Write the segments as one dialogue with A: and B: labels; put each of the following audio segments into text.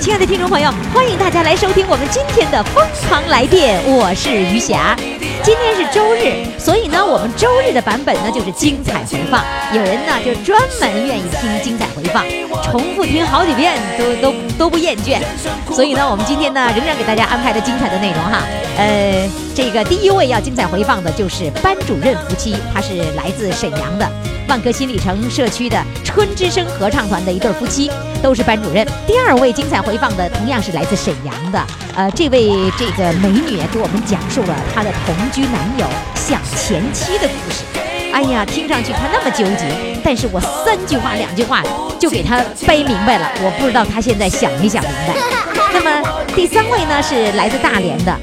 A: 亲爱的听众朋友，欢迎大家来收听我们今天的《疯狂来电》，我是余霞。今天是周日，所以呢，我们周日的版本呢就是精彩回放。有人呢就专门愿意听精彩回放，重复听好几遍都都都不厌倦。所以呢，我们今天呢仍然给大家安排的精彩的内容哈。呃，这个第一位要精彩回放的就是班主任夫妻，他是来自沈阳的万科新里程社区的春之声合唱团的一对夫妻，都是班主任。第二位精彩回放的同样是来自沈阳的，呃，这位呃这个美女给我们讲述了她的同居男友想前妻的故事。哎呀，听上去她那么纠结，但是我三句话两句话就给她掰明白了。我不知道她现在想没想明白。那么第三位呢是来自大连的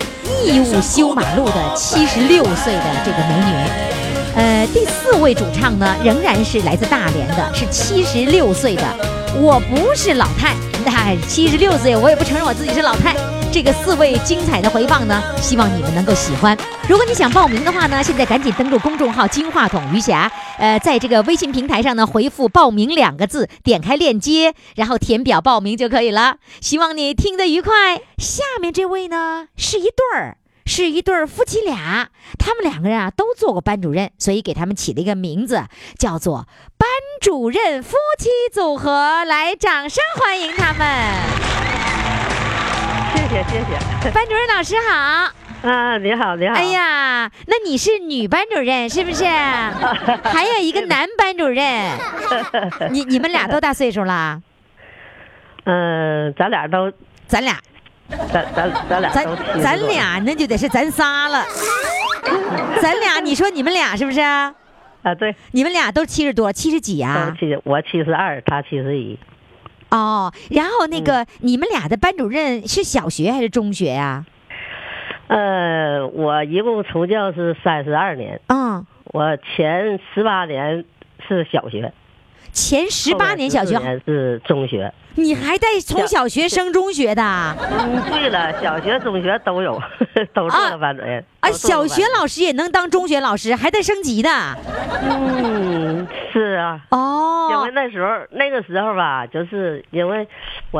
A: 义务修马路的七十六岁的这个美女。呃，第四位主唱呢，仍然是来自大连的，是七十六岁的。我不是老太，那 七十六岁，我也不承认我自己是老太。这个四位精彩的回放呢，希望你们能够喜欢。如果你想报名的话呢，现在赶紧登录公众号“金话筒余霞”，呃，在这个微信平台上呢，回复“报名”两个字，点开链接，然后填表报名就可以了。希望你听得愉快。下面这位呢，是一对儿。是一对儿夫妻俩，他们两个人啊都做过班主任，所以给他们起了一个名字，叫做“班主任夫妻组合”。来，掌声欢迎他们！
B: 谢谢谢谢，
A: 班主任老师好。
B: 啊，你好你好。
A: 哎呀，那你是女班主任是不是？还有一个男班主任。你你们俩多大岁数了？
B: 嗯，咱俩都，
A: 咱俩。
B: 咱咱咱俩，
A: 咱咱俩那就得是咱仨了。咱俩，你说你们俩是不是？啊，
B: 对，
A: 你们俩都七十多，七十几啊？
B: 七十，我七十二，他七十一。
A: 哦，然后那个、嗯、你们俩的班主任是小学还是中学呀、
B: 啊？呃，我一共从教是三十二年。
A: 嗯，
B: 我前十八年是小学。
A: 前十八年小学
B: 是中学，
A: 你还带从小学升中学的？
B: 嗯，对了，小学、中学都有， 都做班主任。
A: 啊，小学老师也能当中学老师，还带升级的。
B: 嗯，是啊。
A: 哦。
B: 因为那时候，那个时候吧，就是因为我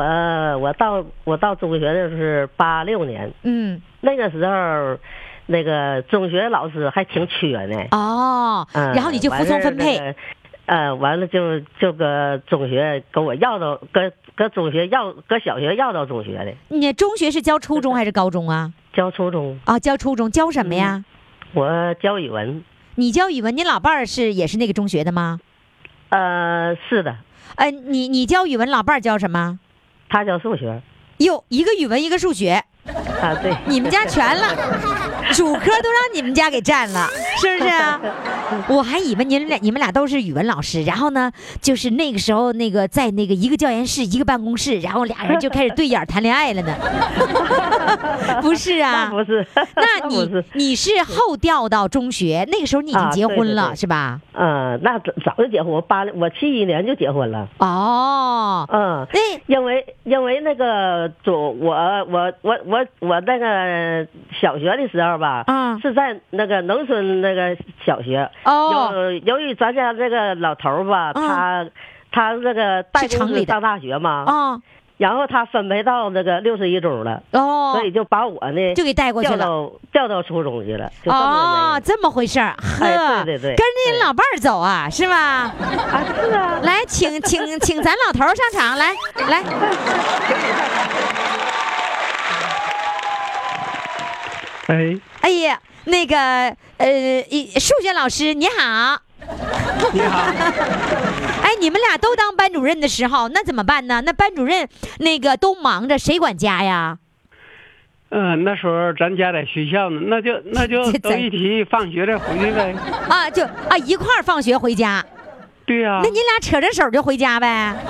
B: 我到我到中学的是八六年，
A: 嗯，
B: 那个时候。那个中学老师还挺缺呢。
A: 哦。
B: 嗯。
A: 然后你就服从分配。
B: 呃，完了就就搁中学跟我要到，搁搁中学要，搁小学要到中学的。
A: 你中学是教初中还是高中啊？
B: 教初中。
A: 啊、哦，教初中教什么呀、
B: 嗯？我教语文。
A: 你教语文，你老伴儿是也是那个中学的吗？
B: 呃，是的。
A: 呃，你你教语文，老伴儿教什么？
B: 他教数学。
A: 哟，一个语文，一个数学。
B: 啊，对，
A: 你们家全了，主科都让你们家给占了，是不 是啊？我还以为你们俩你们俩都是语文老师，然后呢，就是那个时候那个在那个一个教研室一个办公室，然后俩人就开始对眼谈恋爱了呢。 不是啊，
B: 不是，
A: 那你你是后调到中学，那个时候你已经结婚了、
B: 啊、
A: 是吧？
B: 嗯，那早就结婚，我八我七一年就结婚了。
A: 哦，
B: 嗯，
A: 那
B: 因为因为那个总我我我我。我我那个小学的时候吧，
A: 嗯、
B: 是在那个农村那个小学。
A: 哦，
B: 由由于咱家那个老头吧，嗯、他他那个带公子上大学嘛，
A: 嗯、
B: 然后他分配到那个六十一中了，
A: 哦，
B: 所以就把我呢
A: 就给带过去
B: 了，调到初中去了。就
A: 哦，这么回事儿，呵、
B: 哎，对对对，
A: 跟着你老伴儿走啊，是吧？
B: 啊，是啊。
A: 来，请请请咱老头上场，来来。
C: 哎，
A: 哎呀，那个呃，数学老师你好，
C: 你好。
A: 哎，你们俩都当班主任的时候，那怎么办呢？那班主任那个都忙着，谁管家呀？
C: 嗯、呃，那时候咱家在学校呢，那就那就都一起放学再回去呗。
A: 啊，就啊一块儿放学回家。
C: 对呀、啊。
A: 那你俩扯着手就回家呗？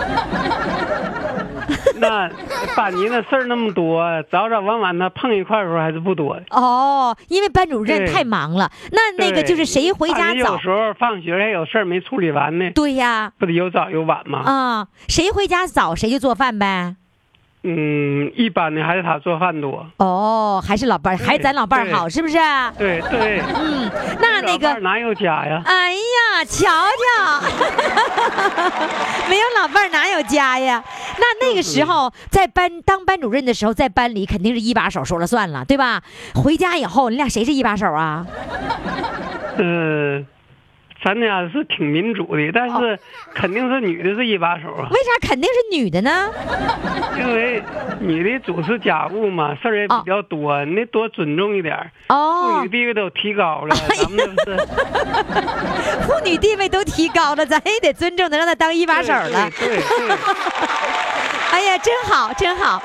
C: 那班级的事儿那么多，早早晚晚的碰一块儿的时候还是不多。
A: 哦，因为班主任
C: 对
A: 太忙了，那那个
C: 对
A: 就是谁回家
C: 班级
A: 早
C: 有？时候放学还有事儿没处理完呢，
A: 对呀，
C: 不得有早有晚吗？
A: 啊、谁回家早谁就做饭呗。
C: 嗯，一般的还是他做饭多。
A: 哦，还是老伴儿，还是咱老伴儿
C: 对
A: 好，是不是？
C: 对对，
A: 嗯，那那
C: 老伴儿
A: 个，
C: 哪有家呀？
A: 哎呀，瞧瞧， 没有老伴儿哪有家呀？那那个时候在班当班主任的时候，在班里肯定是一把手说了算了，对吧？回家以后，你俩谁是一把手啊？
C: 嗯、咱家是挺民主的，但
A: 哦
C: 是肯定是女的是一把手啊，
A: 为啥肯定是女的呢？
C: 因为女的主持家务嘛，事儿也比较多，你得多尊重一点儿。妇
A: 哦哎
C: 女，地位都提高了，咱们 这不是
A: 妇女地位都提高了，咱也得尊重她，让她当一把手了。
C: 对对对对
A: 哎呀，真好，真好！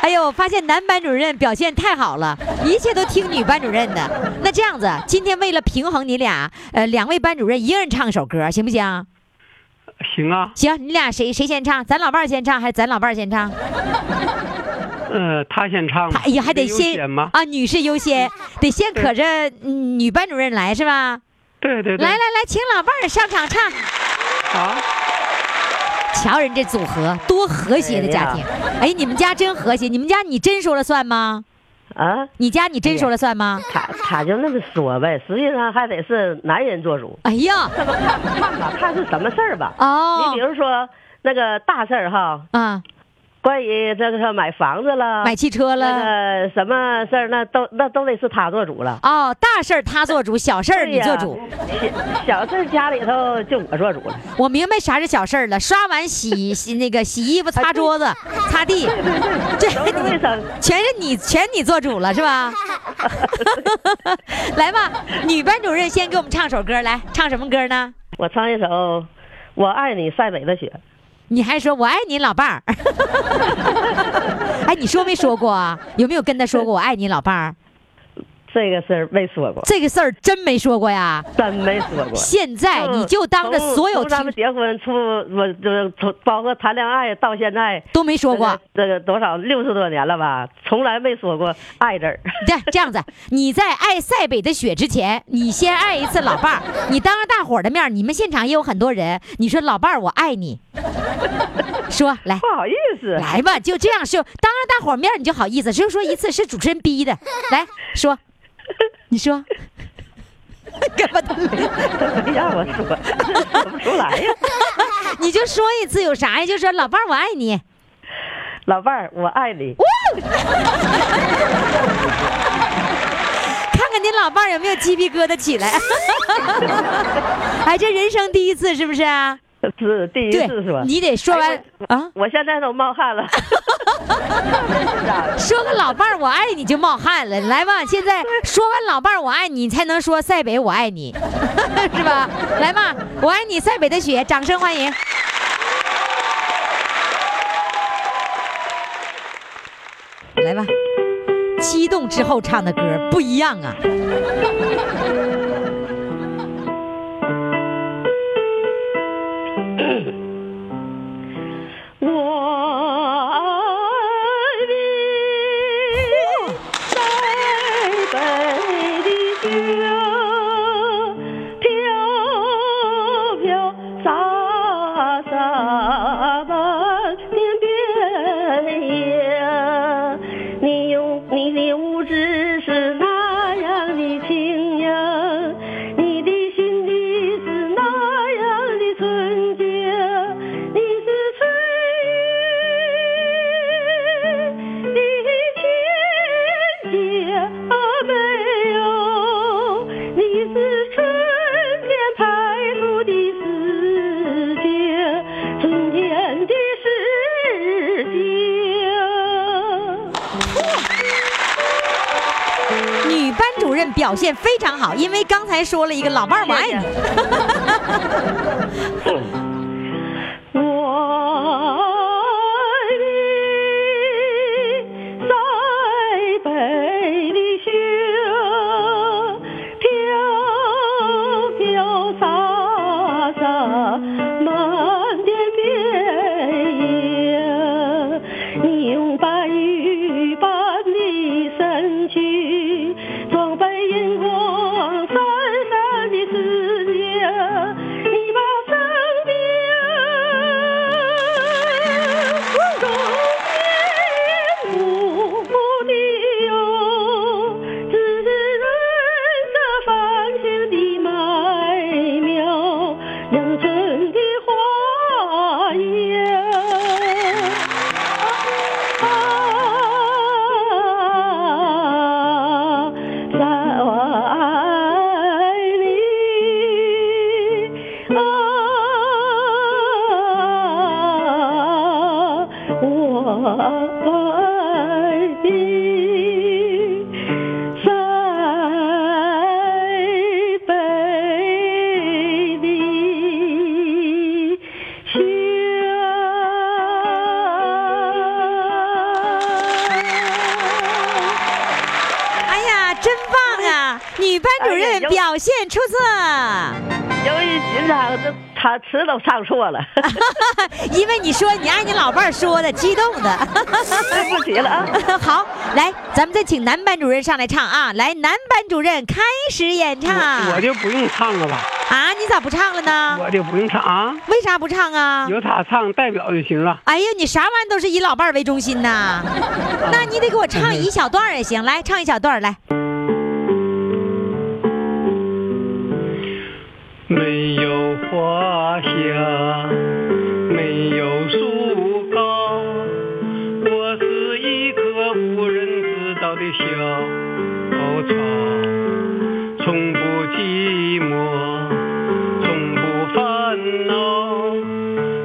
A: 哎呦，我发现男班主任表现太好了，一切都听女班主任的。那这样子，今天为了平衡你俩，呃，两位班主任一人唱首歌，行不行？
C: 行啊，
A: 行，你俩谁谁先唱？咱老伴儿先唱，还是咱老伴儿先唱？
C: 呃，他先唱吧，
A: 哎呀，还得
C: 你优
A: 先
C: 先吗？
A: 啊，女士优先，得先可着、嗯女班主任来是吧？
C: 对对对，
A: 来来来，请老伴儿上场唱。
C: 啊，
A: 瞧人这组合，多和谐的家庭！哎，你们家真和谐，你们家你真说了算吗？
D: 啊，
A: 你家你真说了算吗？
D: 他他就那么说呗，实际上还得是男人做主。
A: 哎呀，
D: 这么看看吧，看是什么事儿吧。
A: 哦
D: 你比，如说那个大事儿哈，
A: 啊，
D: 关于这个买房子了，
A: 买汽车了。
D: 那个什么事儿，那都那都得是他做主了。
A: 哦，大事儿他做主，小事儿
D: 对
A: 你
D: 呀
A: 做主。
D: 小小事儿家里头就我做主了。
A: 我明白啥是小事儿了，刷 碗、洗洗那个洗衣服、擦桌子、擦地，这
D: 都是卫生
A: 全是你全你做主了是 吧？来吧，女班主任先给我们唱首歌，来唱什么歌呢？
D: 我唱一首《我爱你塞北的雪》，
A: 你还说我爱你老伴儿？ 哎，你说没说过啊？有没有跟他说过我爱你老伴儿？
D: 这个事儿没说过，
A: 这个事儿真没说过呀。
D: 真没说过。嗯
A: 现在哎你就当着所有
D: 从从咱
A: 听
D: 们结婚出，我就是从包括谈恋爱到现在，
A: 都没说过。
D: 这个多少六十多年了吧，从来没说过爱字儿。
A: 这这样子，你在爱塞北的雪之前，你先爱一次老伴儿。你当着大伙儿的面儿，你们现场也有很多人，你说老伴儿，我爱你，说来
D: 不好意思，
A: 来吧，就这样说，当着大伙儿面儿你就好意思，就说一次是主持人逼的，来说，你说，干嘛都
D: 没 让我说，说不出来呀。
A: 你就说一次有啥呀？就说老伴儿，我爱你。
D: 老伴儿，我爱
A: 哦
D: 你。
A: 看看你老伴儿有没有鸡皮疙瘩起来， 哎，这人生第一次是不是啊？
D: 是第一
A: 对
D: 次说，，
A: 你得说完
D: 哎
A: 啊。
D: 我现在都冒汗了。
A: 说个老伴儿我爱你就冒汗了，来吧，现在说完老伴儿我爱你，你才能说塞北我爱你， 是吧？来吧，我爱你塞北的雪，掌声欢迎。来吧，激动之后唱的歌不一样啊。
D: 我爱你，塞北的雪飘飘洒洒满天遍野，你用你的五指是那样的轻呀，你的心地是那样的纯洁，你是春雨的天姐啊，没有，你是春天派出的世界，春天的世界。
A: 女班主任表现非常好，因为刚才说了一个老伴儿我爱你。
D: 我爱你，塞北的雪飘飘洒洒，满天遍野。
E: 爱
F: 啊啊
E: 的在北的乡。
A: 哎呀，真棒啊！女班主
E: 哎
A: 任
E: 呀有
A: 表现出色，
E: 由于紧张，这他词都唱错 了，
A: 因为你说你按你老伴儿说的，激动的。
E: 对不起了啊！
A: 好，来，咱们再请男班主任上来唱啊！来，男班主任开始演唱
G: 我
A: 啊！
G: 就不用唱了吧，
A: 你咋不唱了呢？
G: 我就不用唱啊，
A: 为啥不唱啊？
G: 由他唱代表就行了。
A: 哎呀，你啥玩意儿都是以老伴儿为中 心呐？那你得给我
G: 嗯
A: 唱一小段儿也行，来唱一小段儿来。
G: 没有花香，没有树高，我是一棵无人知道的小草，从不寂寞，从不烦恼。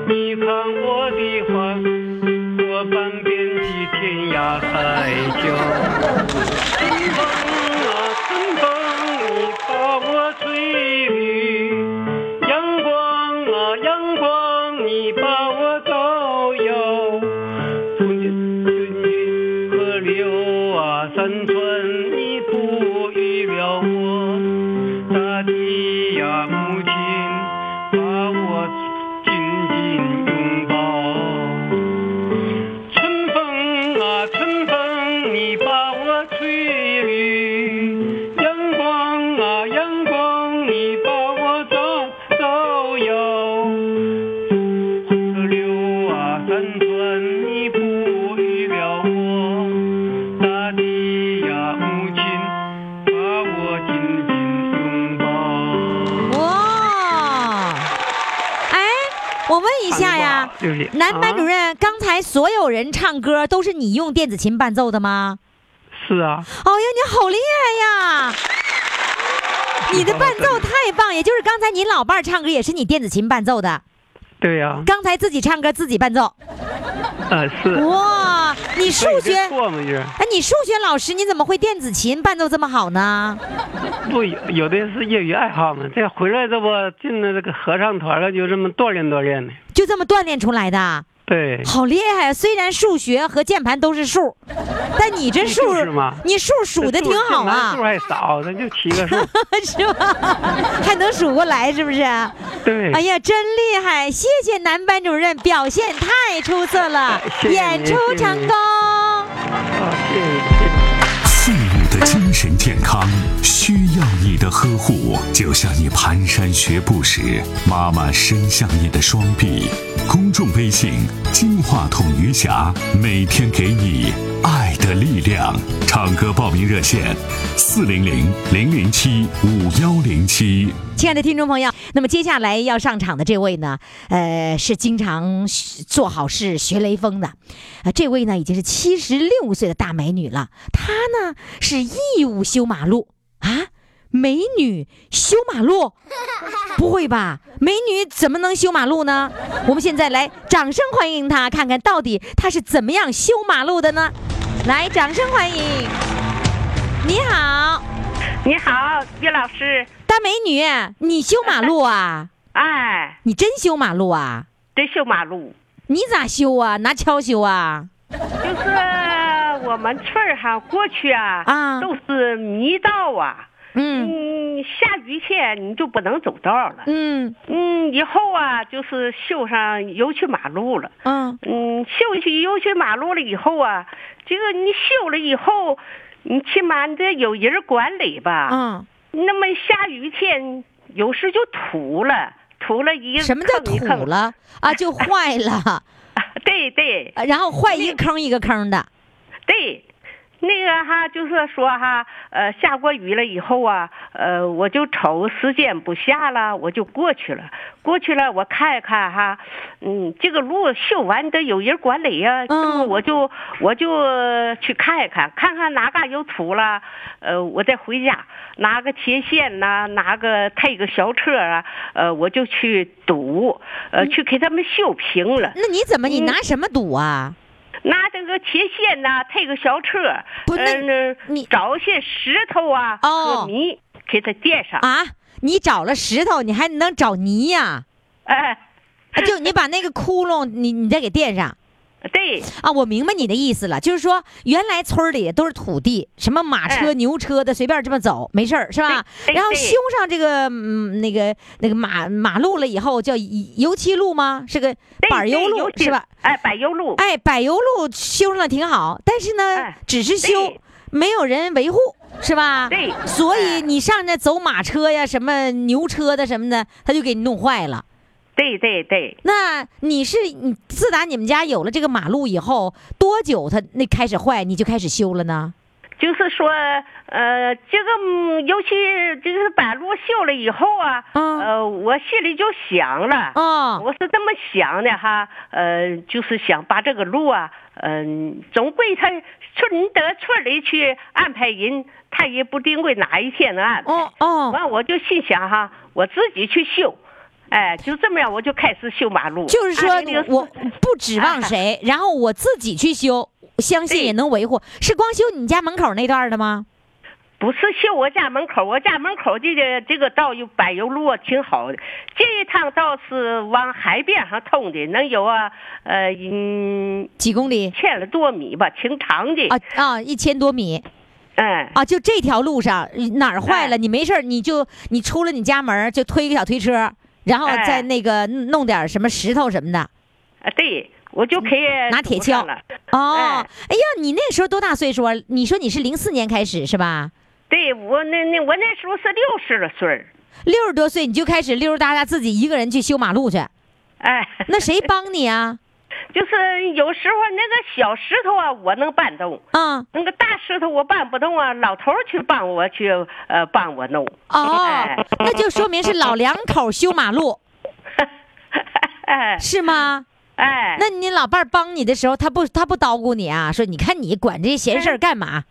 G: 你看我的花，我半边的天涯海角。春风啊，春风，你把我吹绿；阳光啊，阳光，你把我照耀。春去河流啊，山川，你哺育了我。大地呀、母亲，把我紧紧拥抱。春风啊，春风，你把我吹绿；阳光啊，阳光，你把我照照耀。河流啊，山川，你哺育了我；大地呀、母亲，把我紧紧拥抱。
A: 哇，哎，我问一下呀
G: 唱得不好对不，起
A: 男班
G: 啊
A: 主任，刚才所有人唱歌都是你用电子琴伴奏的吗？
G: 是啊，
A: 哦呀，你好厉害呀！你的伴奏太棒，也就是刚才你老伴儿唱歌也是你电子琴伴奏的，
G: 对呀、
A: 刚才自己唱歌自己伴奏。
G: 呃，是。
A: 哇，你数学，哎，
G: 过吗？就是
A: 你数学老师你怎么会电子琴伴奏这么好呢？
G: 不，有有的是业余爱好嘛。这回来这不进了这个合唱团了，就这么锻炼锻炼的。
A: 就这么锻炼出来的，
G: 对，
A: 好厉害啊！虽然数学和键盘都 是数，但你这数
G: 就是嘛，
A: 你数数的挺好啊
G: 数，还少，咱就七个 数。
A: 是吧？还能数过来，是不是？
G: 对，
A: 哎呀，真厉害！谢谢男班主任，表现太出色了，
G: 谢谢您
A: 演出
G: 谢谢
A: 成
G: 您
A: 功。
G: 啊，谢谢你，
H: 父
G: 谢谢你。
H: 母的精神健康需要你的呵护，就像你蹒跚学步时，妈妈伸向你的双臂。公众微信“金话筒余霞”，每天给你爱的力量。唱歌报名热线：四零零零零七五幺零七。
A: 亲爱的听众朋友，那么接下来要上场的这位呢，呃，是经常学做好事学雷锋的，呃，这位呢已经是七十六岁的大美女了，她呢是义务修马路啊，美女修马路，不会吧？美女怎么能修马路呢？我们现在来掌声欢迎她，看看到底她是怎么样修马路的呢？来，掌声欢迎！你好，
F: 你好，岳老师，
A: 大美女，你修马路啊？
F: 哎，
A: 你真修马路啊？
F: 真修马路，
A: 你咋修啊？拿锹修啊？
F: 就是我们村儿哈，过去啊，
A: 啊
F: 都是泥道啊，
A: 嗯
F: 嗯，下雨天你就不能走道了，
A: 嗯
F: 嗯，以后啊，就是修上油漆马路了，
A: 嗯，
F: 嗯，修去油漆马路了以后啊，这个你修了以后，你起码你得有人管理吧，
A: 嗯，
F: 那么下雨天有时就土了，土了一个
A: 什么叫
F: 坑一
A: 土
F: 坑？
A: 了啊？就坏了，
F: 对对。
A: 然后坏一个坑一个坑的。
F: 对，那个哈，就是说哈，呃，下过雨了以后啊，呃，我就瞅时间不下了，我就过去了。过去了，我看一看哈，嗯，这个路修完得有人管理呀、这么
A: 嗯
F: 我就我就呃去看一看，看看哪嘎有土了，呃，我再回家拿个铁线呐、拿个推个小车啊，呃，我就去堵，呃，去给他们修平了。
A: 那你怎么你
F: 嗯
A: 拿什么堵啊？
F: 拿这个铁锨呐、配个小车，
A: 不那
F: 嗯、
A: 你
F: 找些石头啊
A: 哦
F: 和泥给它垫上，
A: 啊，你找了石头，你还能找泥呀、
F: 哎，
A: 啊就你把那个窟窿，你你再给垫上。
F: 对，
A: 啊，我明白你的意思了，就是说原来村儿里都是土地，什么马车、
F: 哎
A: 牛车的随便这么走没事儿是吧？
F: 对对
A: 然后
F: 对
A: 修上这个、嗯、那个那个马马路了以后叫一油漆路吗？是个
F: 对
A: 柏油
F: 对
A: 路
F: 尤其
A: 是吧？？
F: 哎，柏油路，
A: 哎，柏油路修上了挺好，但是呢，
F: 哎
A: 只是修
F: 对，
A: 没有人维护，是吧？
F: 对
A: 所以
F: 哎
A: 你上那走马车呀、什么牛车的什么的，他就给你弄坏了。
F: 对对对，
A: 那你是你自打你们家有了这个马路以后，多久它那开始坏，你就开始修了呢？
F: 就是说，呃，这个嗯尤其就是柏路修了以后啊，
A: 嗯
F: 呃，我心里就想了，
A: 哦，
F: 我是这么想的哈，呃，就是想把这个路啊，嗯、总归他村得村里去安排人，他也不定归哪一天能啊安排。
A: 哦哦，
F: 完我就心想哈，我自己去修，哎，就这么样，我就开始修马路。
A: 就是说
F: 2004
A: 我不指望谁，然后我自己去修，相信
F: 对
A: 也能维护。是光修你家门口那段儿的吗？
F: 不是修我家门口，我家门口这个这个道有柏油路啊，挺好的。这一趟道是往海边上通的，能有啊，呃，嗯，
A: 几公里？
F: 千了多米吧，挺长的。
A: 啊啊，一千多米
F: 嗯，
A: 啊！就这条路上哪儿坏了，
F: 哎
A: 你没事儿你就你出了你家门儿就推个小推车，然后
F: 哎
A: 再那个弄点儿什么石头什么的。
F: 啊，对，我就可以
A: 嗯拿铁
F: 堵上
A: 锹
F: 了。
A: 哦，
F: 哎
A: 哎呀，你那时候多大岁数啊？你说你是零四年开始是吧？
F: 对我那那我那时候是六十了岁儿，
A: 六十多岁你就开始溜溜达达自己一个人去修马路去，
F: 哎，
A: 那谁帮你啊？
F: 就是有时候那个小石头啊，我能搬动。
A: 啊、
F: 那个大石头我搬不动啊，老头儿去帮我去呃帮我弄。
A: 哦
F: 哎，
A: 那就说明是老两口修马路
F: 哎
A: 是吗？
F: 哎，
A: 那你老伴儿帮你的时候，他不他不叨咕你啊？说你看你管这些闲事儿干嘛？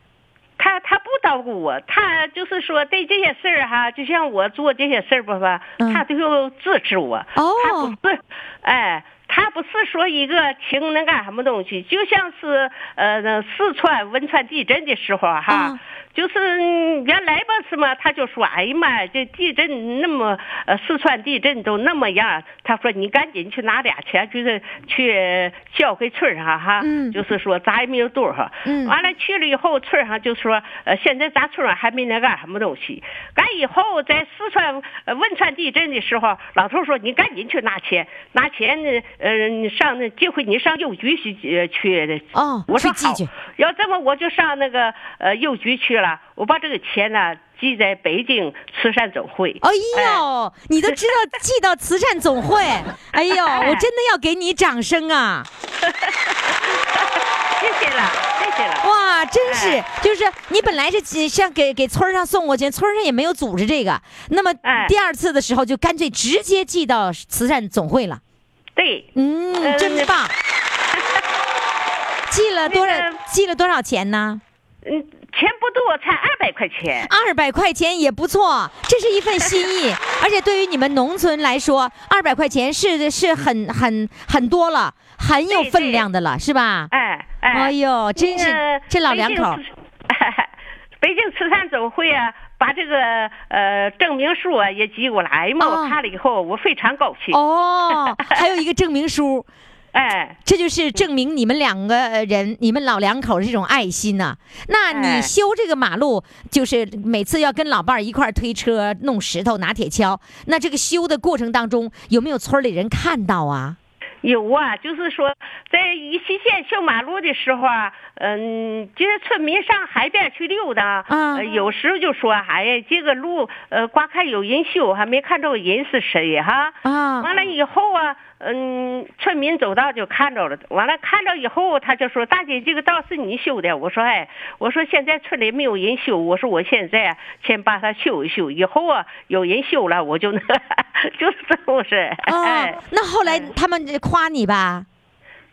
F: 他他不照顾我，他就是说对这些事儿哈，就像我做这些事儿吧吧，
A: 嗯
F: 他就支持我。
A: 哦
F: 他不是，哎，他不是说一个情能干什么东西，就像是呃那四川汶川地震的时候啊哈。
A: 嗯
F: 就是嗯原来吧，是嘛？他就说，哎呀妈，呀，这地震那么，呃，四川地震都那么样。他说，你赶紧去拿俩钱，就是去交给村上哈，
A: 嗯
F: 就是说咱也没有多少，
A: 嗯
F: 完了去了以后，村上就说，呃，现在咱村上还没那干什么东西。赶以后在四川呃汶川地震的时候，老头说你赶紧去拿钱，拿钱呢，呃，你上那这回你上邮局去呃去。
A: 哦
F: 我说
A: 去寄
F: 好
A: 去。
F: 要这么我就上那个呃邮局去了，我把这个钱呢、寄在北京慈善总会。
A: 哎呦，你都知道寄到慈善总 会，哎呦，我真的要给你掌声啊！
F: 谢谢了，谢谢了。
A: 哇，真是
F: 哎，
A: 就是你本来是像给给村儿上送过去，村儿上也没有组织这个，那么
F: 哎
A: 第二次的时候就干脆直接寄到慈善总会了。
F: 对，
A: 嗯，
F: 呃
A: 真
F: 那
A: 棒！寄了多少
F: 那个？
A: 寄了多少钱呢？
F: 嗯，钱不多，才二百块钱。
A: 二百块钱也不错，这是一份心意，而且对于你们农村来说，二百块钱是是很很很多了，很有
F: 对
A: 分
F: 对
A: 量的了，是吧？
F: 哎哎，
A: 哎呦，真是
F: 那个
A: 这老两口儿
F: 北京慈。 北京慈善总会啊，把这个呃证明书啊也寄过来嘛，
A: 哦
F: 我看了以后我非常高兴。
A: 哦，还有一个证明书，
F: 哎，
A: 这就是证明你们两个呃人，你们老两口这种爱心呐、那你
F: 哎
A: 修这个马路，就是每次要跟老伴儿一块儿推车、弄石头、拿铁锹。那这个修的过程当中，有没有村里人看到啊？
F: 有啊，就是说在一西县修马路的时候啊，嗯，这些村民上海边去溜达，
A: 嗯
F: 呃有时候就说，哎呀，这个路呃，光看有人修，还没看着人是谁哈。
A: 啊
F: 完了以后啊，嗯，村民走道就看着了。完了看着以后，他就说：“大姐，这个道是你修的。”我说：“哎，我说现在村里没有人修，我说我现在啊先把它修一修，以后啊有人修了，我就能， 就是这么回事。哎
A: 啊，那后来他们夸你吧？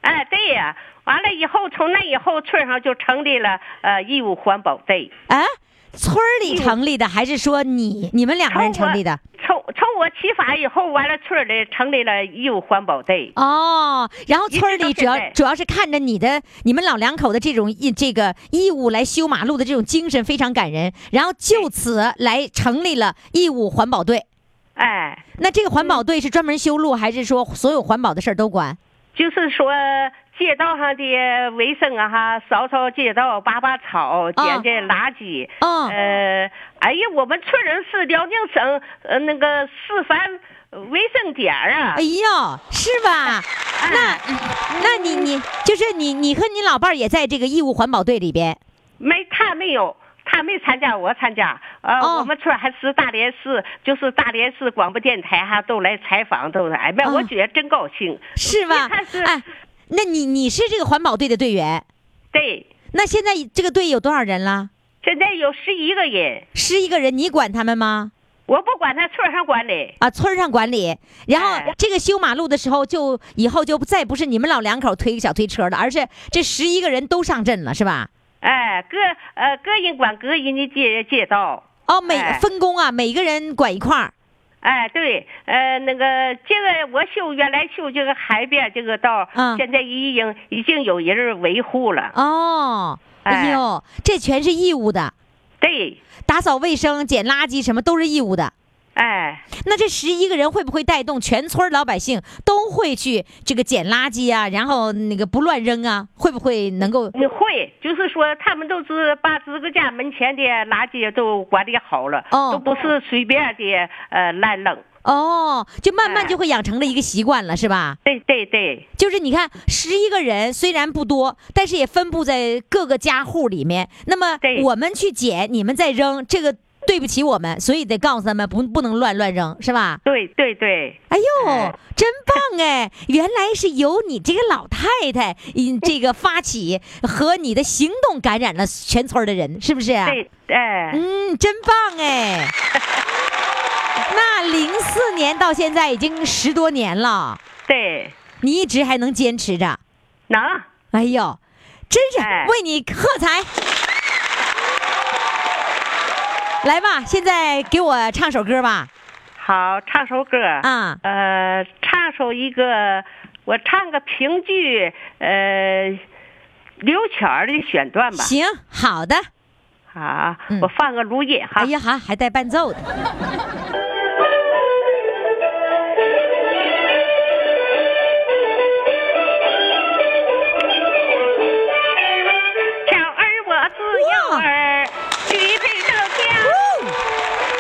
F: 哎，对呀、完了以后，从那以后，村上就成立了呃义务环保队。
A: 啊，村儿里成立的，还是说你你们两个人成立的？
F: 从我，从从我起法以后，完了村儿里成立了义务环保队。
A: 哦，然后
F: 一直
A: 村儿里
F: 到
A: 主要
F: 现在
A: 主要是看着你的你们老两口的这种义这个义务来修马路的这种精神非常感人，然后就此来成立了义务环保队。
F: 哎，
A: 那这个环保队是专门修路，还是说所有环保的事儿都管？
F: 就是说街道上的卫生啊哈，扫扫街道，拔拔草，捡捡垃圾。
A: 哦
F: 呃，哎呀，我们村人是辽宁省呃那个示范卫生点儿啊。
A: 哎呦，是吧？
F: 哎
A: 那那你你就是你你和你老伴儿也在这个义务环保队里边。
F: 没，他没有，他没参加，我参加。呃，
A: 哦
F: 我们村儿还是大连市，就是大连市广播电台哈，都来采访，都来。哎呀，
A: 哦
F: 我觉得真高兴。
A: 是吧
F: 一开？始
A: 哎，那你你是这个环保队的队员，
F: 对，
A: 那现在这个队有多少人了？
F: 现在有十一个人，
A: 十一个人，你管他们吗？
F: 我不管他村儿上管理。
A: 啊，村儿上管理，然后
F: 哎
A: 这个修马路的时候就，以后就再不是你们老两口推个小推车了，而是这十一个人都上阵了，是吧？
F: 哎，各呃各人管各人的街街道。
A: 哦，每、
F: 哎
A: 分工啊，每个人管一块儿。
F: 哎，对，呃，那个这个我修原来修这个海边这个道儿，
A: 嗯
F: 现在已经已经有人儿维护了。
A: 哦，哎
F: 哎
A: 呦，这全是义务的，
F: 对，
A: 打扫卫生、捡垃圾什么都是义务的。
F: 哎，
A: 那这十一个人会不会带动全村儿老百姓都会去这个捡垃圾啊，然后那个不乱扔啊？会不会能够？
F: 你会，就是说他们都是把自个家门前的垃圾都管理好了，
A: 哦
F: 都不是随便的呃乱扔。
A: 哦，就慢慢
F: 哎
A: 就会养成了一个习惯了，是吧？
F: 对对对，
A: 就是你看，十一个人虽然不多，但是也分布在各个家户里面。那么
F: 对
A: 我们去捡，你们再扔，这个对不起我们，所以得告诉他们不不能乱乱扔，是吧？
F: 对对对，
A: 哎呦
F: 哎，
A: 真棒哎！原来是由你这个老太太，嗯，这个发起和你的行动感染了全村儿的人，是不是？
F: 对，哎、
A: 嗯，真棒哎！那零四年到现在已经十多年了，
F: 对，
A: 你一直还能坚持着。
F: 能，
A: 哎呦，真是
F: 哎
A: 为你喝彩！来吧，现在给我唱首歌吧。
F: 好，唱首歌
A: 啊
F: 呃，唱首一个，我唱个评剧，呃，刘巧儿的选段吧。
A: 行，好的。
F: 啊
A: 嗯，
F: 我放个卢野哈。
A: 哎呀哈，还带伴奏的。
F: 巧儿我自幼儿举杯到家。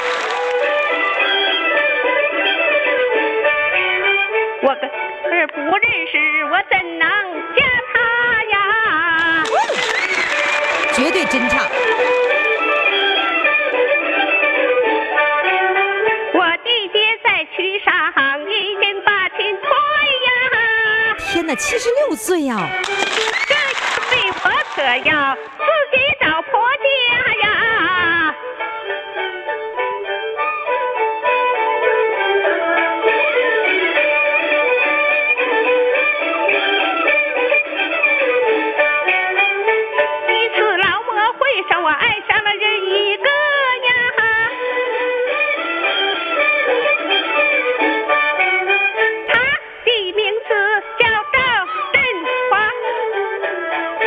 F: 我根儿不认识，我怎能嫁他呀？
A: 绝对真唱。
F: 我弟弟在渠上一人把亲推呀，
A: 天哪，七十六岁呀、
F: 这被我可要自己找婆家呀。一次劳模会上，我爱上了人一个呀。他的名字叫赵振华。哎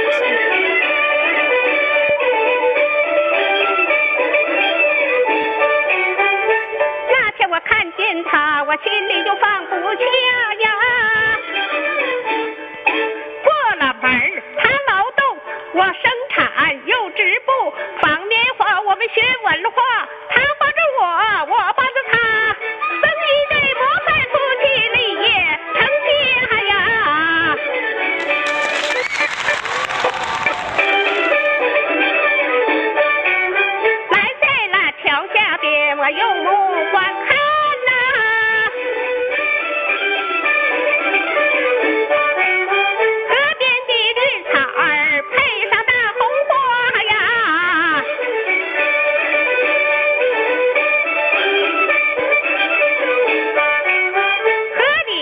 E: 啊
F: 啊
I: 来电，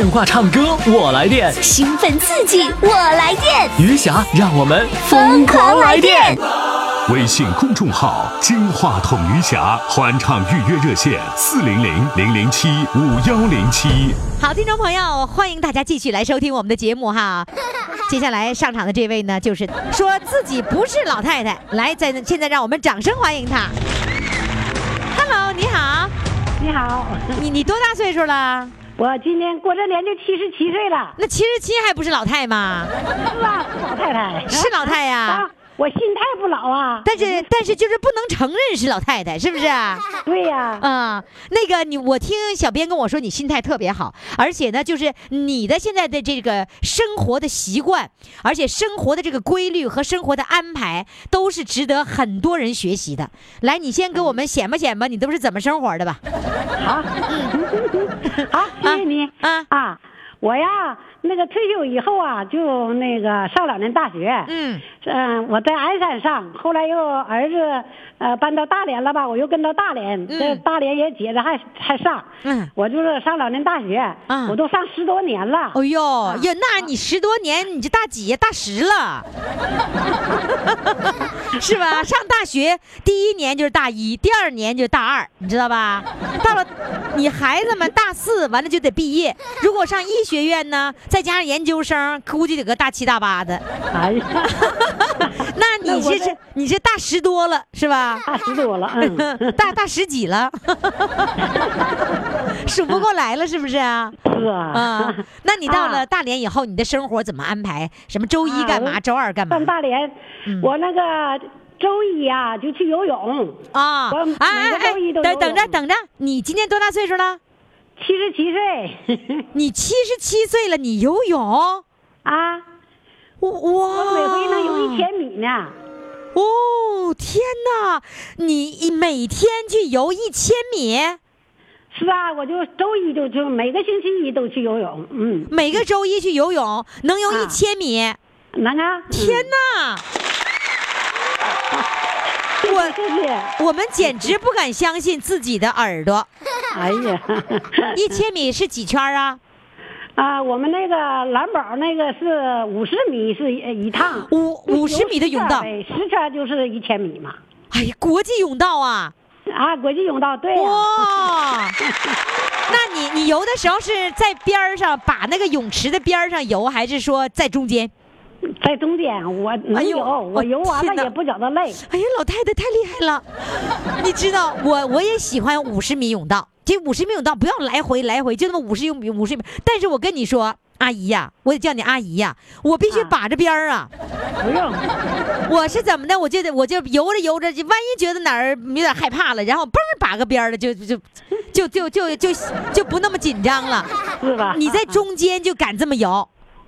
I: 电话唱歌我来电，
J: 兴奋刺激，我来电，
I: 余霞让我们疯狂来电。
H: 微信公众号“金话筒余霞”欢唱预约热线：四零零零零七五幺零七。
A: 好，听众朋友，欢迎大家继续来收听我们的节目哈。接下来上场的这位呢，就是说自己不是老太太，来，在现在让我们掌声欢迎她。Hello，你好，
E: 你好，
A: 你你多大岁数了？
E: 我今年过这年就七十七岁了，
A: 那七十七还不是老太吗？
E: 是吧？老太太
A: 是老太呀、
E: 啊，我心态不老啊。
A: 但是但是就是不能承认是老太太，是不是啊？
E: 对呀、
A: 啊、那个你，我听小编跟我说你心态特别好，而且呢，就是你的现在的这个生活的习惯，而且生活的这个规律和生活的安排，都是值得很多人学习的。来，你先给我们显摆显摆，你都是怎么生活的吧？
E: 好，好，谢谢你
A: 啊
E: 啊！我呀，那个退休以后啊，就那个上老年大学。
A: 嗯，
E: 嗯、我在鞍山上，后来又儿子呃搬到大连了吧，我又跟到大连，
A: 嗯
E: 这大连也接着还还上。
A: 嗯
E: 我就是上老年大学，
A: 嗯
E: 我都上十多年了。
A: 哎
E: 啊
A: 呦呀，那你十多年，你这大几呀？大十了， 是吧？上大学第一年就是大一，第二年就是大二，你知道吧？到了你孩子们大四完了就得毕业，如果上医学院呢，再加上研究生，估计得个大七大八的。
E: 哎呀，
A: 那
E: 那
A: 你
E: 我
A: 这
E: 这
A: 是你这大十多了是吧？
E: 大十多了，嗯，
A: 大大十几了， 数不过来了是不是啊？
E: 是啊
A: 啊。，那你到了
E: 啊
A: 大连以后，你的生活怎么安排？什么周一
E: 啊
A: 干嘛，
E: 我
A: 周二干 嘛
E: 上？大连，
A: 嗯
E: 我那个周一呀、就去游泳，
A: 啊
E: 我
A: 哎
E: 每
A: 哎
E: 个
A: 哎
E: 周一，都
A: 等
E: 游
A: 等着
E: 泳
A: 等着，你今年多大岁数了？
E: 七十七岁
A: 你七十七岁了，你游泳？哇！
E: 啊，
A: 我
E: 每回能游一。千米呢。
A: 哦，天哪！你每天去游一千米，
E: 是啊，我就周一就就每个星期一都去游泳，嗯，
A: 每个周一去游泳，能游一
E: 啊
A: 千米。
E: 能啊，
A: 天哪！
E: 我
A: 我
E: 谢谢，
K: 嗯
A: 我们简直不敢相信自己的 耳朵。
E: 哎呀，
A: 一千米是几圈啊？
E: 啊，我们那个蓝宝那个是五十米是一一趟，
A: 五五十米的泳道，
E: 十圈就是一千米嘛，
A: 哎呀，国际泳道啊！
E: 啊，国际泳道对呀、
A: 哇， 那你你游的时候是在边儿上，把那个泳池的边儿上游，还是说在中间？
E: 在中间我
A: 哎
E: 能
A: 呦
E: 游，
A: 我
E: 我游完
A: 天哪
E: 了也不觉得累，
A: 哎呀，老太太太厉害了！你知道我我也喜欢五十米泳道，这五十米泳道不要来回来回，就那么五十米五十米。但是我跟你说，阿姨呀、我得叫你阿姨呀、我必须
E: 啊
A: 把着边儿啊！
E: 不用，
A: 我是怎么的？我就得我就游着游着，就万一觉得哪儿有点害怕了，然后嘣儿把个边儿了，就就就就就就就不那么紧张 了。
E: 是
K: 啊
E: 吧？
A: 你在中间就敢这么游，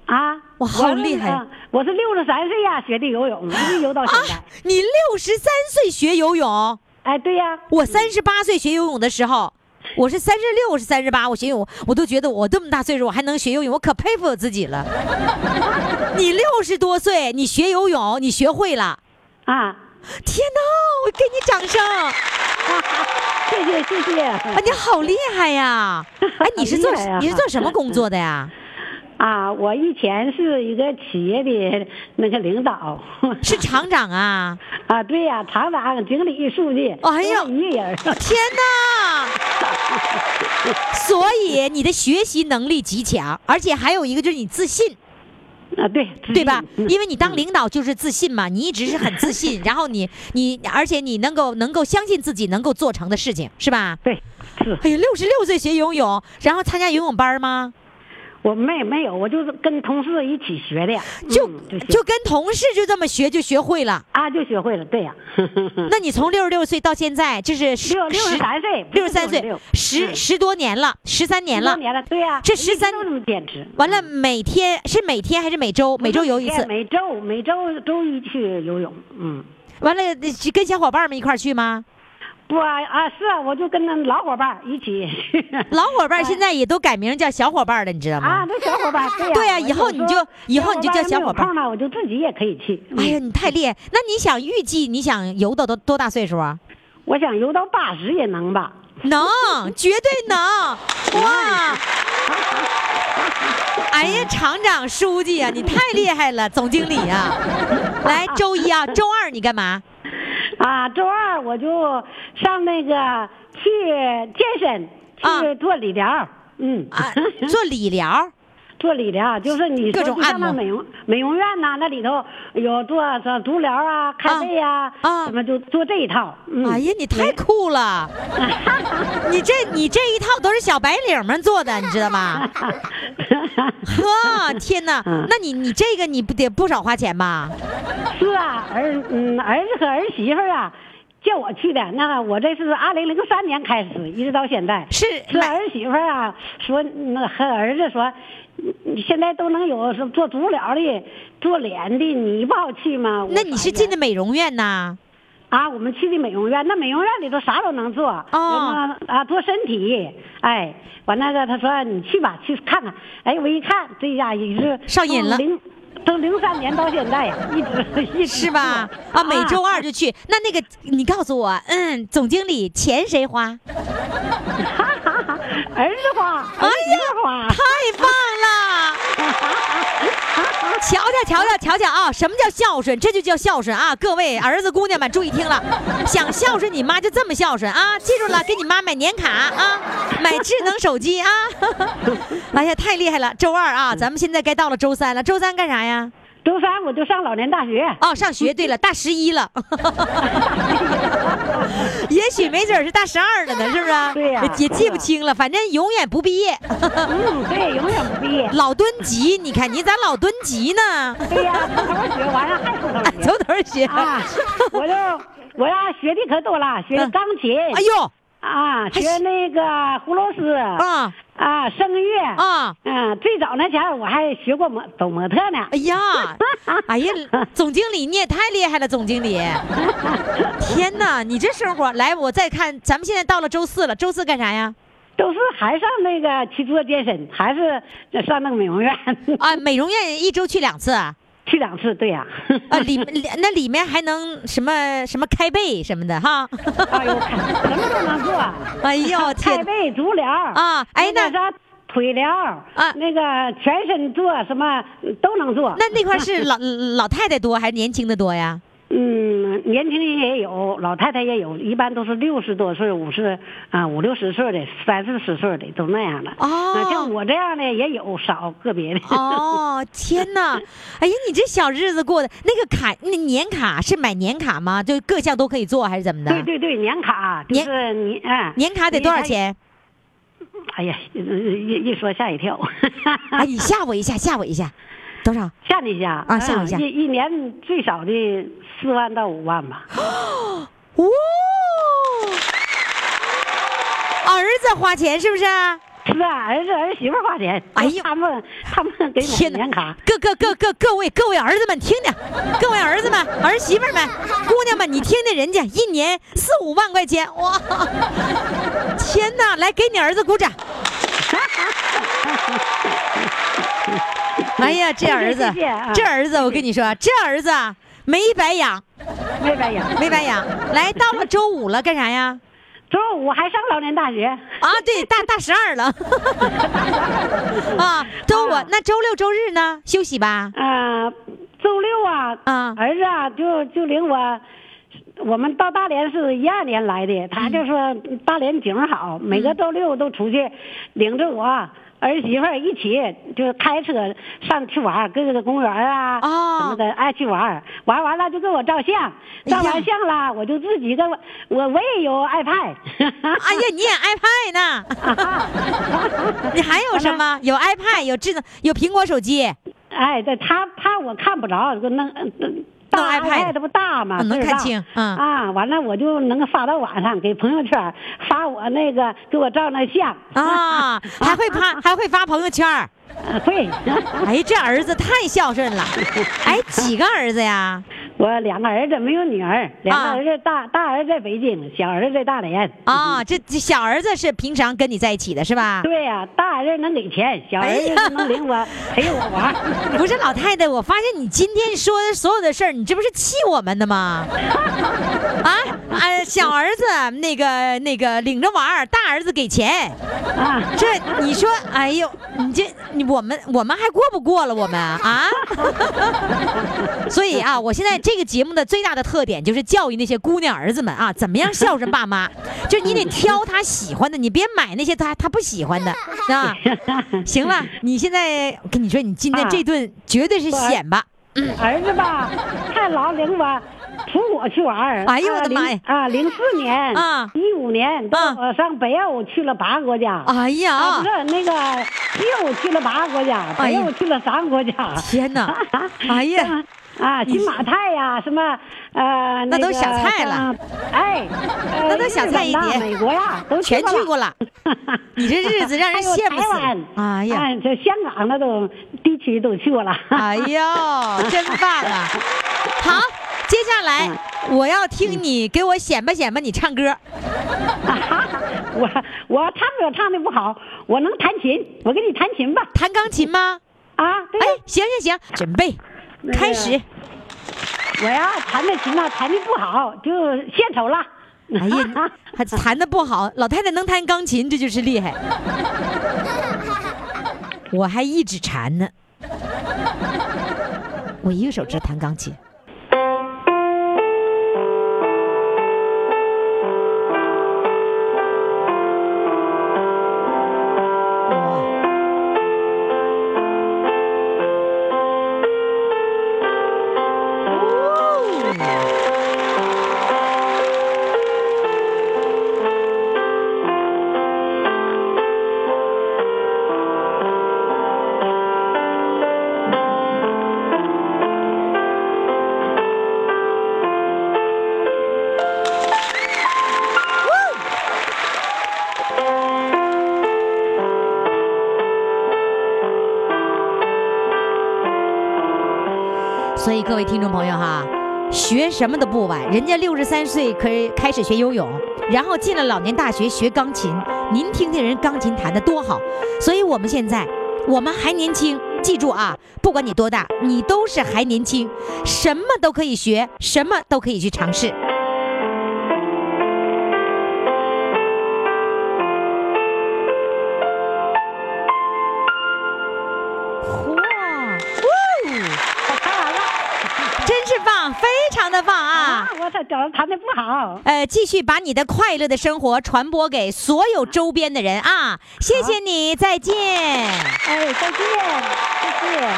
E: 啊，
A: 哇好
E: 是
A: 厉害
E: 啊我是六十三岁呀、学的游泳，一直游到现在，
A: 啊
K: 啊
A: 你六十三岁学游泳，
E: 哎，对呀、
A: 我三十八岁学游泳的时候。我是三十六，我是三十八，我学游泳，我都觉得我这么大岁数，我还能学游泳，我可佩服我自己了。 你六十多岁，你学游泳，你学会了，
E: 啊，
A: 天哪！我给你掌声， 啊，
E: 谢谢谢谢，
A: 你好厉害 呀！哎，你是做
E: 厉害啊呀
A: 你是做什么工作 的呀？
E: 啊，我以前是一个企业的那个领导，
A: 是厂长啊！
E: 啊，对呀、厂长、经理、书记，
A: 哎呀
E: 都是一个人儿，
A: 天 哪！所以你的学习能力极强，而且还有一个就是你自信，
E: 啊，对，
A: 对吧？
E: 嗯
A: 因为你当领导就是自信嘛，你一直是很自 信，然后你你，而且你能够能够相信自己能够做成的事情，是吧？
E: 对，是
A: 哎呀，六十六岁学游泳，然后参加游泳班吗？
E: 我没没有，我就是跟同事一起学的，
A: 就、
E: 嗯就学
A: 就跟同事就这么学就学会了。
E: 啊，就学会了，对呀、
A: 那你从六十六岁到现在，这是十
E: 嗯六六十三岁，
A: 六十三岁
E: 六，嗯
A: 十十多年了，十三年了，
E: 年了，对呀、
A: 这13
E: 一直都这么坚持。
A: 完了，每天是每天还是每周？每周游一次。
E: 嗯每周每周周一去游泳，嗯，
A: 完了，去跟小伙伴们一块儿去吗？
E: 不啊啊是啊，我就跟那老伙伴儿一起去，
A: 老伙伴现在也都改名叫小伙伴了，你知道
E: 哎啊
A: 吗，？
E: 那小伙伴儿对呀、
A: 嗯对呀
E: 我
A: 以后你
E: 说
A: 就以后你就叫小伙伴
E: 没有空
A: 儿
E: 了，我就自己也可以去。嗯
A: 哎呀，你太厉害！那你想预计你想游到多多大岁数啊？
E: 我想游到八十也能吧？
A: 能，绝对能！哇！哎呀，厂长、书记啊呀、你太厉害了，总经理呀、来，周一啊，周二你干嘛？
E: 啊，周二我就上那个去健身，
A: 啊
E: 去做理疗。嗯，
A: 啊，做理疗。
E: 做理疗就是你
A: 各
E: 说
A: 种
E: 去上
A: 按摩
E: 那美容美容院呐、那里头有做什足疗啊、开背呀、
A: 啊
E: 什么就做这一套。嗯、
A: 哎呀，你太酷了！你这你这一套都是小白领们做的，你知道吗？呵，天哪！
E: 嗯
A: 那你你这个你不得不少花钱吧？
E: 是啊，儿嗯儿子和儿媳妇儿啊，叫我去的。那我这是二零零三年开始，一直到现在。
A: 是
E: 是
A: 买
E: 儿媳妇儿啊，说那和儿子说，你你现在都能有什么做足疗的、做脸的，你不好去吗？哎
A: 那你是进的
E: 的
A: 美容院呐？
E: 啊？我们去的美容院，那美容院里头啥都能做，
A: 哦
E: 啊、啊，做身体，哎，完那个他说哎你去吧，去看看。哎，我一看，这家也是
A: 上瘾了
E: 从零从零三年到现在呀，一直 一直
A: 是吧
E: 做？
A: 啊，每周二就去。那那个，你告诉我，嗯，总经理钱谁花？
E: 儿子花，
A: 哎
E: 儿媳妇
A: 呀
E: 花，，
A: 太棒 了！瞧瞧瞧瞧瞧瞧啊！什么叫孝顺？这就叫孝顺啊！各位儿子姑娘们注意听了，想孝顺你妈就这么孝顺啊！记住了，给你妈买年卡啊，买智能手机啊！ 哎呀，太厉害了！周二
E: 嗯
A: 啊，咱们现在该到了周三了，周三干啥呀？
E: 周三我就上老年大学。
A: 哦，上学。对了，大十一了， 也许没准儿是大十二了呢，是不是？
E: 对呀
A: 也也记不清了，反正永远不毕业。
E: 嗯，对，永远不毕业。
A: 老蹲级，你看你咋老蹲级呢？
E: 对哎呀、从头学完了还从 头学
A: 从头学。
E: 啊！我就我呀学的可多了，学钢琴，
A: 哎呦
E: 啊，学那个葫芦丝
A: 啊
E: 啊，声乐
A: 啊！
E: 嗯，最早那前儿我还学过模走模特呢
A: 哎。呀，哎呀，总经理你也太厉害了，总经理！天哪，你这生活来，我再看，咱们现在到了周四了，周四干啥呀？
E: 都是还上那个去做健身，还是上那个美容院
A: 啊，美容院一周去两次啊，
E: 去两次。对呀、
A: 啊里里那里面还能什么什么开背什么的哈。
E: 哎呦，看什么都能做。
A: 哎呦
E: 太
A: 天，
E: 背足疗
A: 啊哎
E: 那
A: 那
E: 个啥腿疗
A: 啊
E: 那个全身做什么都能做。
A: 那那块是老老太太多还是年轻的多呀？
E: 嗯，年轻人也有，老太太也有，一般都是六十多岁、五十啊五六十岁的、三四十岁的都那样的。
A: 哦
E: 啊像我这样的也有少个别的。
A: 哦，天哪！哎呀，你这小日子过的，那个卡，那年卡是买年卡吗？就各项都可以做，还是怎么 的？
E: 对对对，年卡就
A: 年
E: 是你哎，
A: 年卡得多少钱？
E: 你看？哎呀，一一说吓一跳，
A: 哎，你吓我一下，吓我一下，多少？
E: 吓你一下嗯
A: 啊吓我一下
E: 一一年最少的四万到五万吧。
A: 哦，儿子花钱是不是？
E: 是啊，儿子儿媳妇花钱，
A: 哎呦
E: 他们他们给买
A: 天
E: 的年卡，
A: 各各各各各位各位儿子们听听，各位儿子们、儿媳妇儿们、姑娘们，你听听人家一年四五万块钱，哇！天哪，来给你儿子鼓掌！哎呀，这儿子
E: 谢谢谢谢啊，
A: 这儿子，我跟你说，这儿子啊没白养，
E: 没白养。
A: 没白养。来，到了周五了，干啥呀？
E: 周五还上老年大学，
A: 啊，对，大大十二了。 啊，周五
E: 啊
A: 那周六周日呢？休息吧。
E: 啊，周六啊，
A: 啊
E: 儿子啊，就就领我，我们到大连是一二年来的，他就说大连景儿好，
A: 嗯
E: 每个周六都出去，领着我儿媳妇儿一起就开车上去玩儿，各个公园儿啊、
A: 哦
E: 什么的，爱去玩儿，玩完了就给我照相，照
A: 哎呀
E: 完相了我就自己跟我我我也有 iPad，
A: 哎呀，你也 iPad 呢？你还有什么？有 iPad，有智能，有苹果手机，
E: 哎，对他怕我看不着，就弄嗯大
A: iPad
E: 这不大吗？
A: 嗯能
E: 倍儿大
A: 看清嗯
E: 啊，完了我就能发到网上，给朋友圈发我那个给我照那相
A: 啊，还会发，还会发朋友圈儿。
E: 啊会，
A: 哎，这儿子太孝顺了。哎，几个儿子呀？
E: 我两个儿子没有女儿，两
A: 啊
E: 个儿子大大儿子在北京，小儿子在大连。
A: 啊、这这小儿子是平常跟你在一起的是吧？
E: 对呀、大儿子能给钱，小儿
A: 哎
E: 子
A: 呀
E: 能领我陪我玩儿。
A: 不是老太太，我发现你今天说的所有的事儿，你这不是气我们的吗？啊，啊，小儿子那个那个领着娃儿，大儿子给钱，
E: 啊，
A: 这你说，哎呦，你这你我们我们还过不过了我们啊？所以啊，我现在这个节目的最大的特点就是教育那些姑娘儿子们啊，怎么样孝顺爸妈，就是你得挑他喜欢的，你别买那些他他不喜欢的啊。行了，你现在我跟你说，你今天这顿绝对是显摆。
E: 儿子 吧，太老领我扶我去玩儿。
A: 哎呦我的妈呀
E: 20啊，零四年
A: 啊
E: 一五年都
A: 啊
E: 我上北欧去了八个国家。
A: 哎
E: 啊，
A: 呀
E: 不，是那个西欧去了八个国家，
A: 哎
E: 北
A: 呀
E: 欧去了三个国家。
A: 天哪！哎呀，
E: 啊，金马泰呀、什么呃，
A: 那都
E: 个
A: 小菜了
E: 像。哎，呃
A: 那都小菜一碟
E: 日本呐美国呀， 都
A: 全去
E: 去
A: 过
E: 了。
A: 了，你这日子让人
E: 还有
A: 羡慕
E: 台
A: 死
E: 湾
A: 了。，哎呀，
E: 哎，这香港那都地区都去过了。
A: 哎 呦，真棒啊！好，接下来
E: 嗯
A: 我要听你给我显摆显摆你唱歌。
E: 我我唱歌唱的不好，我能弹琴，我给你弹琴吧。
A: 弹钢琴吗？
E: 啊，对
A: 哎，行行行，准备
E: 那个
A: 开始。
E: 我呀弹的琴呐，啊弹的不好，就献丑了。
A: 哎呀，还弹的不好，老太太能弹钢琴，这就是 厉害。我还一指禅呢，我一个手指弹钢琴。所以各位听众朋友哈，学什么都不晚。人家六十三岁可以开始学游泳，然后进了老年大学学钢琴。您听听人钢琴弹得多好，所以我们现在我们还年轻。记住啊，不管你多大，你都是还年轻，什么都可以学，什么都可以去尝试。嚯！
E: 弹完了
A: 真是棒，非常的棒啊！，
E: 我这觉弹的不好。
A: 呃，继续把你的快乐的生活传播给所有周边的人啊！谢谢你，再见。
E: 哎，再见，再见。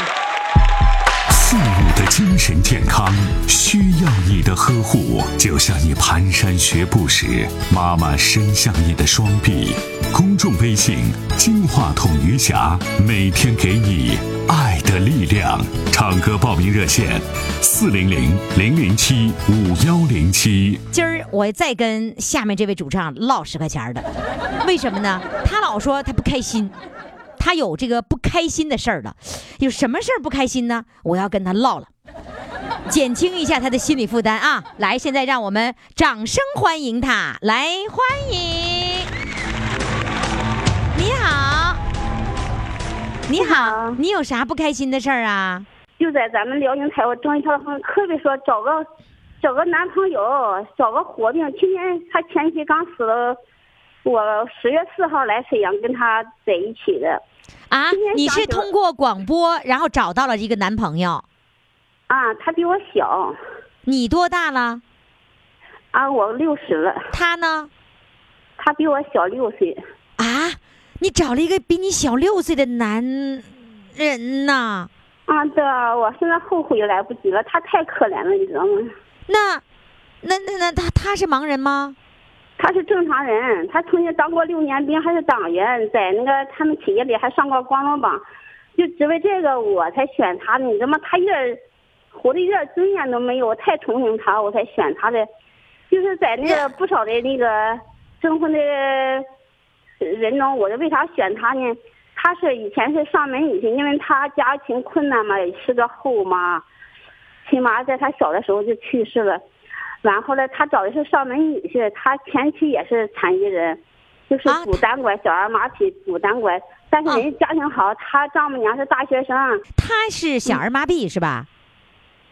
H: 父母的精神健康需要你的呵护，就像你蹒跚学步时，妈妈伸向你的双臂。公众微信“金话筒余霞”，每天给你爱的力量。唱歌报名热线：四零零零零七五幺零七。
A: 今儿我再跟下面这位主唱唠十块钱儿的，为什么呢？他老说他不开心，他有这个不开心的事儿了。有什么事儿不开心呢？我要跟他唠了，减轻一下他的心理负担啊！来，现在让我们掌声欢迎他，来欢迎。你好，你好，你有啥不开心的事儿啊？
K: 就在咱们辽宁台，我中一条朋友特别说找个找个男朋友，找个活命。天天他前妻刚死了，我十月四号来沈阳跟他在一起的
A: 啊
K: 今，天
A: 你
K: 想
A: 是
K: 起
A: 通过广播然后找到了一个男朋友，
K: 啊，他比我小
A: 你多大了？
K: 啊，我六十了，
A: 他呢？
K: 他比我小六岁
A: 啊，你找了一个比你小六岁的男人呐？
K: 啊。对啊，我现在后悔也来不及了，他太可怜了，你知道吗？
A: 那，那那那他他是盲人吗？
K: 他是正常人，他曾经当过六年兵，还是党员，在那个他们企业里还上过光荣榜，就只为这个我才选他的。你他妈他一点活的一点尊严都没有，我太同情他，我才选他的。就是在那个不少的那个征婚的人中，我就为啥选他呢？他是以前是上门女婿，因为他家庭困难嘛，也是个后妈，亲妈在他小的时候就去世了。然后呢，他找的是上门女婿，他前妻也是残疾人，就是
A: 啊
K: 骨单拐，小儿麻痹，骨单拐。但是人家家庭好，他丈母娘是大学生，
A: 他是小儿麻痹是吧？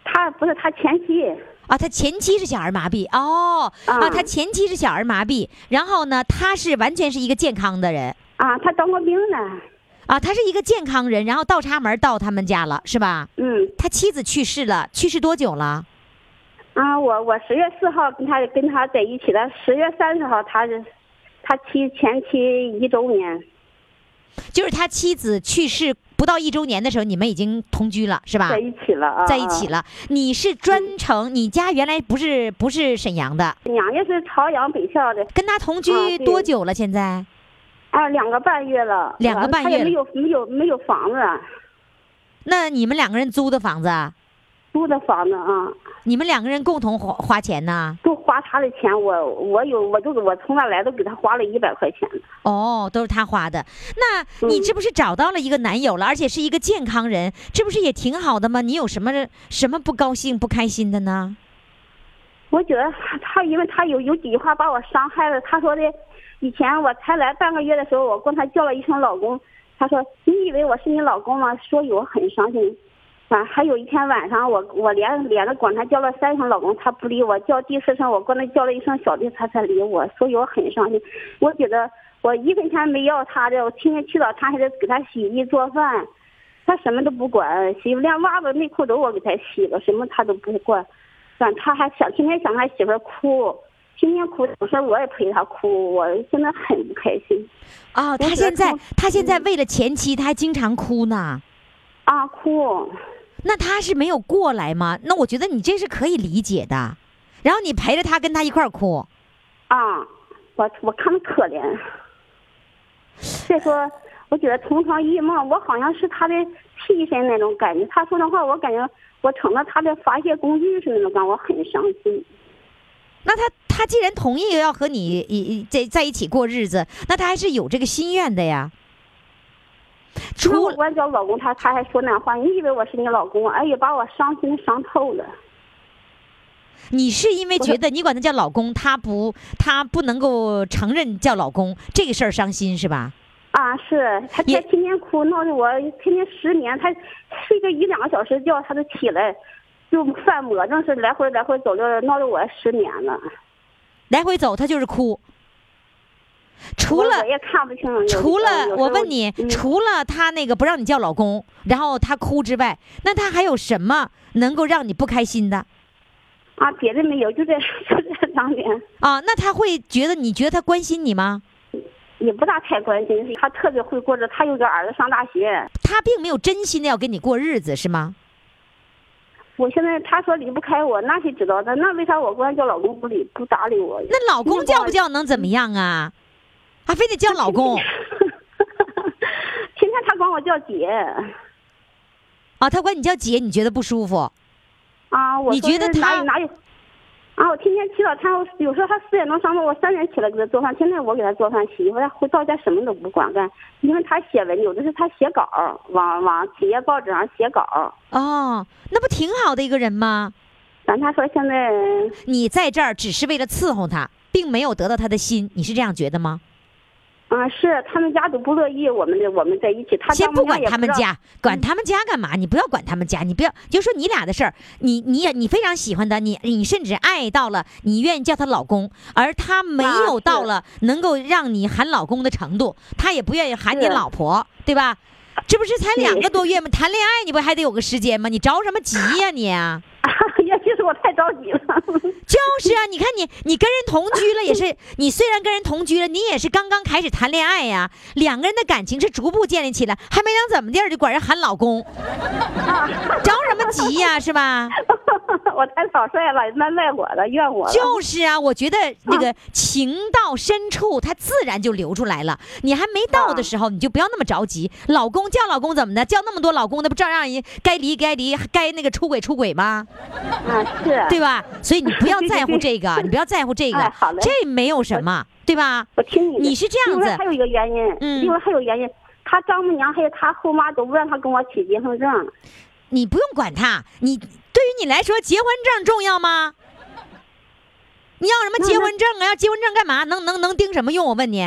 K: 他不是他前妻
A: 啊，他前妻是小儿麻痹哦，啊，
K: 嗯
A: 他前妻是小儿麻痹，然后呢，他是完全是一个健康的人
K: 啊，他当过兵呢。
A: 啊，他是一个健康人，然后倒插门到他们家了，是吧？
K: 嗯
A: 他妻子去世了，去世多久了？
K: 啊，我我十月四号跟他跟他在一起的，十月三十号他是他妻前妻一周年。
A: 就是他妻子去世不到一周年的时候，你们已经同居了，是吧？
K: 在一起了啊，
A: 在一起
K: 了。
A: 了。你是专程，你家原来不是不是沈阳的，
K: 娘家是朝阳北校的，
A: 跟他同
K: 啊
A: 居
K: 对
A: 多久了？现在
K: 啊，两个半月了，
A: 两个
K: 完了
A: 半月
K: 他也没有没有没有房子，
A: 那你们两个人租的房子啊，
K: 租的房子啊，
A: 你们两个人共同花花钱呢？
K: 都花他的钱，我我有我都我从那来都给他花了一百块钱。
A: 哦，都是他花的。那你
K: 嗯
A: 这不是找到了一个男友了，而且是一个健康人，这不是也挺好的吗？你有什么什么不高兴、不开心的呢？
K: 我觉得他他因为他有有几句话把我伤害了。他说的，以前我才来半个月的时候，我管他叫了一声老公，他说你以为我是你老公吗？说有很伤心。啊，还有一天晚上我 我连连着管他叫了三声老公，他不理我，叫第四声我管他叫了一声小弟，他才理我，所以我很伤心。我觉得我一分钱没要他的，我天天去找他还得给他洗衣做饭，他什么都不管，洗连袜子内裤都我给他洗了，什么他都不管。但他还想天天想他媳妇儿哭，天天哭，有时候我也陪他哭，我真的很不开心
A: 哦，他
K: 觉得嗯
A: 现在
K: 他
A: 他现在为了前妻，他还经常哭呢。
K: 啊，哭。
A: 那他是没有过来吗？那我觉得你这是可以理解的。然后你陪着他，跟他一块儿哭。
K: 啊，我我看他可怜。再说，我觉得同床异梦，我好像是他的替身那种感觉。他说的话，我感觉我成了他的发泄工具似的那种感觉，我很伤心。
A: 那他他既然同意要和你一一在在一起过日子，那他还是有这个心愿的呀。
K: 那
A: 除
K: 我
A: 了
K: 管叫老公他，他还说那话，你以为我是你老公？哎呀，把我伤心的伤透了。
A: 你是因为觉得你管他叫老公，他不他不能够承认叫老公这个事儿伤心是吧？
K: 啊，是他
A: 也
K: 天天天哭，闹得我天天失眠。他睡个一两个小时觉，他就起来，就犯魔怔似的，来回来回走溜，闹得我失眠了。
A: 来回走他就是哭。除
K: 我
A: 了
K: 我也看不清，有时候
A: 除了
K: 有时候
A: 我问你，
K: 嗯
A: 除了他那个不让你叫老公，然后他哭之外，那他还有什么能够让你不开心的
K: 啊，别的没有，就这就这两点，
A: 啊？那他会觉得你觉得他关心你吗？
K: 也不大太关心。他特别会过着，他有个儿子上大学，
A: 他并没有真心的要跟你过日子，是吗？
K: 我现在他说离不开我，那谁知道呢？那为啥我管叫老公不理不搭理我呀？
A: 那老公叫不叫能怎么样啊？还非得叫老 公
K: 天天他管我叫姐
A: 啊？他管你叫姐，你觉得不舒服？
K: 啊，我
A: 你
K: 说
A: 觉得
K: 是哪
A: 他
K: 有哪有？啊，我天天起早贪黑，有时候他四点钟上班，我三点起来给他做饭，天天我给他做饭洗衣服，他回到家什么都不管干，因为他写文，有的是他写稿，往往企业报纸上写稿。
A: 哦，那不挺好的一个人吗？
K: 咱他说现在
A: 你在这儿只是为了伺候他，并没有得到他的心，你是这样觉得吗？
K: 啊，是他们家都不乐意我们的，我们在一起。他
A: 先
K: 丈母
A: 不
K: 娘
A: 管
K: 也
A: 他们
K: 知道，嗯
A: 家，管他们家干嘛？你不要管他们家，你不要就说你俩的事儿。你你也你非常喜欢他，你你甚至爱到了你愿意叫他老公，而他没
K: 啊
A: 有到
K: 是
A: 了能够让你喊老公的程度，他也不愿意喊你
K: 是
A: 老婆，对吧？这不是才
K: 对
A: 两个多月吗？谈恋爱你不还得有个时间吗？你着什么急呀、你啊？
K: 也许是我太着急了。
A: 就是啊，你看你，你跟人同居了也是，你虽然跟人同居了，你也是刚刚开始谈恋爱呀、两个人的感情是逐步建立起来，还没当怎么地儿就管人喊老公，着什么急呀、是吧？
K: 我太草率了，那赖我了，怨我了。
A: 就是啊，我觉得那个情到深处，它自然就流出来了。你还没到的时候，你就不要那么着急。老公叫老公怎么的？叫那么多老公，那不照样人该离该离，该那个出轨出轨吗？
K: 啊，是。
A: 对吧？所以你不要在乎
K: 对对对
A: 这个，你不要在乎这个
K: 哎好嘞，
A: 这没有什么，对吧？
K: 我听你的。
A: 你是这样
K: 另外
A: 子
K: 还，有一个原因，
A: 嗯
K: 另外还有原因，他丈母娘还有他后妈都不让他跟我取结婚证。
A: 你不用管他。你对于你来说，结婚证重要吗？你要什么结婚证啊？要结婚证干嘛？能能能盯什么用？我问你，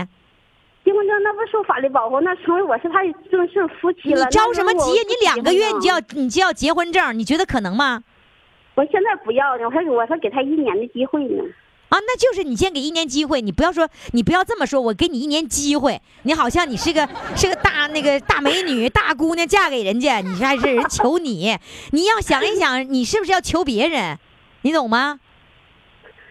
K: 结婚证那不受法律保护，那成为我是他正式夫妻
A: 你
K: 了。
A: 着什么
K: 那
A: 急
K: 如果我？
A: 你两个月你就要
K: 不结婚呢
A: 你就要结婚证，你觉得可能吗？
K: 我现在不要呢，我还我还给他一年的机会呢。
A: 啊，那就是你先给一年机会，你不要说，你不要这么说，我给你一年机会，你好像你是个是个大那个大美女、大姑娘嫁给人家，你是还是人求你，你要想一想，你是不是要求别人，你懂吗？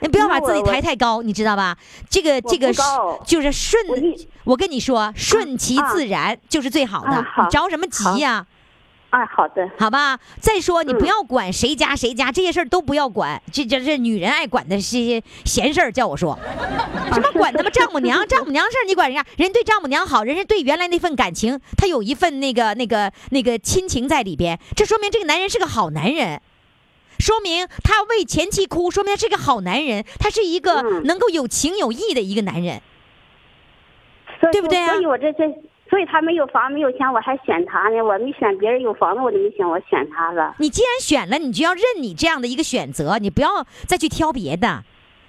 A: 你不要把自己
K: 那我
A: 抬太高，你知道吧？这个
K: 我
A: 这个
K: 不
A: 是
K: 高
A: 就是顺
K: 我一，
A: 我跟你说，顺其
K: 啊
A: 自然就是最好的，
K: 啊好
A: 你着什么急
K: 好
A: 呀、
K: 哎，好的，
A: 好吧，再说你
K: 嗯
A: 不要管谁家谁家这些事儿都不要管，这这这女人爱管的这些闲事儿，叫 我说，什么管他妈丈母娘丈母娘事儿你管人家，人对丈母娘好，人家对原来那份感情，他有一份那个那个那个亲情在里边，这说明这个男人是个好男人。说明他为前妻哭，说明他是个好男人，他是一个
K: 嗯
A: 能够有情有义的一个男人。
K: 所以
A: 对不对啊
K: 所以我这这，所以他没有房没有钱，我还选他呢。我没选别人有房子，我就没选，我选他了。
A: 你既然选了，你就要认你这样的一个选择，你不要再去挑别的。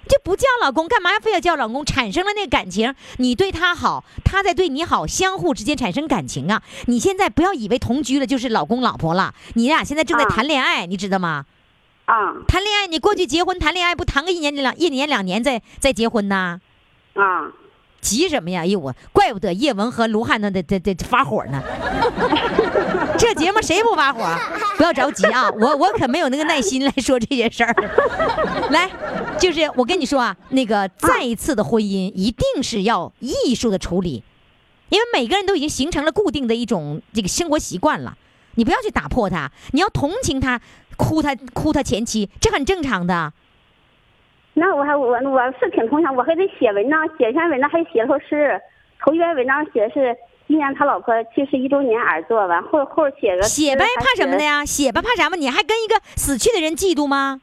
A: 这不叫老公，干嘛非要叫老公？产生了那个感情，你对他好，他在对你好，相互之间产生感情啊！你现在不要以为同居了就是老公老婆了，你俩现在正在
K: 啊
A: 谈恋爱，你知道吗？
K: 啊
A: 谈恋爱，你过去结婚谈恋爱不谈个一年两一年两年再再结婚呐？
K: 啊，
A: 急什么呀？哎呦我，怪不得叶文和卢汉那得得得发火呢。这节目谁不发火？不要着急啊，我我可没有那个耐心来说这些事儿。来，就是我跟你说啊，那个再一次的婚姻一定是要艺术的处理，因为每个人都已经形成了固定的一种这个生活习惯了，你不要去打破它，你要同情他，哭他哭他前妻，这很正常的。
K: 那我还我我是挺同情，我还得写文章，写一篇文章还写了首诗。头一篇文章写的是今年他老婆去世一周年而作，完后后写个
A: 写呗
K: 诗，还
A: 怕什么
K: 写
A: 的呀？写吧，怕什么？你还跟一个死去的人嫉妒吗？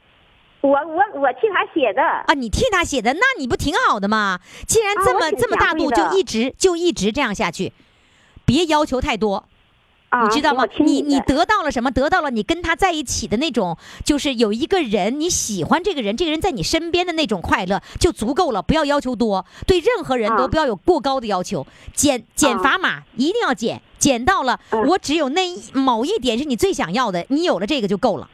K: 我我我替他写的，
A: 啊，你替他写的，那你不挺好的吗？既然
K: 啊
A: 这
K: 我
A: 么、
K: 挺
A: 这么
K: 惭
A: 大
K: 愧
A: 度，就
K: 的
A: 一直就一直这样下去，别要求太多，
K: 啊、
A: 你知道吗
K: 我？听你
A: 你你
K: 的
A: 得到了什么？得到了你跟他在一起的那种，就是有一个人你喜欢这个人，这个人在你身边的那种快乐就足够了，不要要求多，对任何人都
K: 啊
A: 不要有过高的要求。减减
K: 啊
A: 砝码一定要减，减到了
K: 嗯
A: 我只有那一某一点是你最想要的，你有了这个就够了。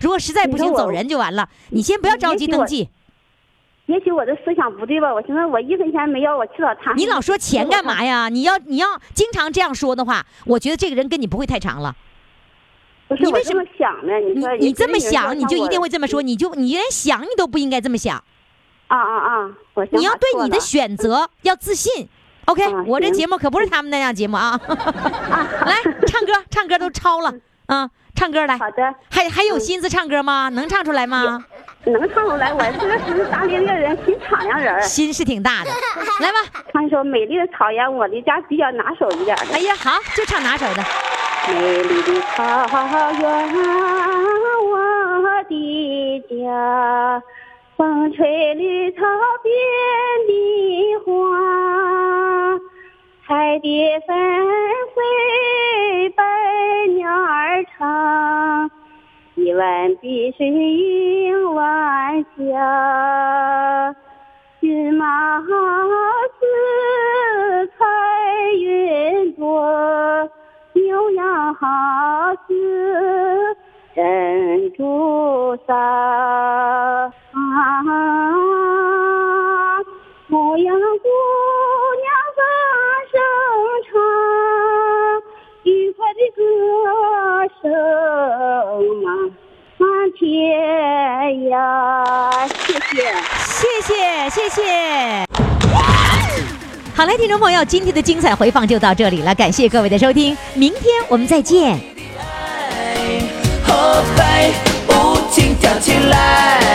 A: 如果实在
K: 你
A: 不
K: 说
A: 行走
K: 我
A: 人就完了，你先不要着
K: 也
A: 急
K: 许
A: 登
K: 我
A: 记。
K: 也许我的思想不对吧？我寻思我一分钱没要，我去找他。
A: 你老说钱干嘛呀？你要你要经常这样说的话，我觉得这个人跟你不会太长了。
K: 不是
A: 你
K: 我
A: 为什
K: 这么想的，你
A: 你
K: 说
A: 你这么想，你就一定会这么说，
K: 你
A: 你就你连想你都不应该这么想。
K: 啊啊啊！我想
A: 你要
K: 法
A: 对
K: 错
A: 你的
K: 了
A: 选择要自信。OK，
K: 啊
A: 我这
K: 行
A: 节目可不是他们那样节目啊！ 来唱歌，唱歌都超了啊！唱歌来，
K: 好的，
A: 还还有心思唱歌吗？能唱出来吗？
K: 能唱出来。我是个实实打咧咧的人，心敞亮人儿。
A: 心是挺 大的，来吧！
K: 唱一首《美丽的草原》，我离家比较拿手一点儿的。
A: 哎呀，好，就唱拿手的。
K: 美丽的草原，我的家，风吹绿草遍地花，彩蝶纷飞，百鸟儿唱，一湾碧水映晚霞。骏马似彩云朵，牛羊似珍珠撒。啊，牧羊姑娘大声唱，愉快的歌声啊，满天呀！啊谢谢。
A: 谢谢，谢谢。好嘞，听众朋友，今天的精彩回放就到这里了，感谢各位的收听，明天我们再见。
L: 喝杯，舞情跳起来。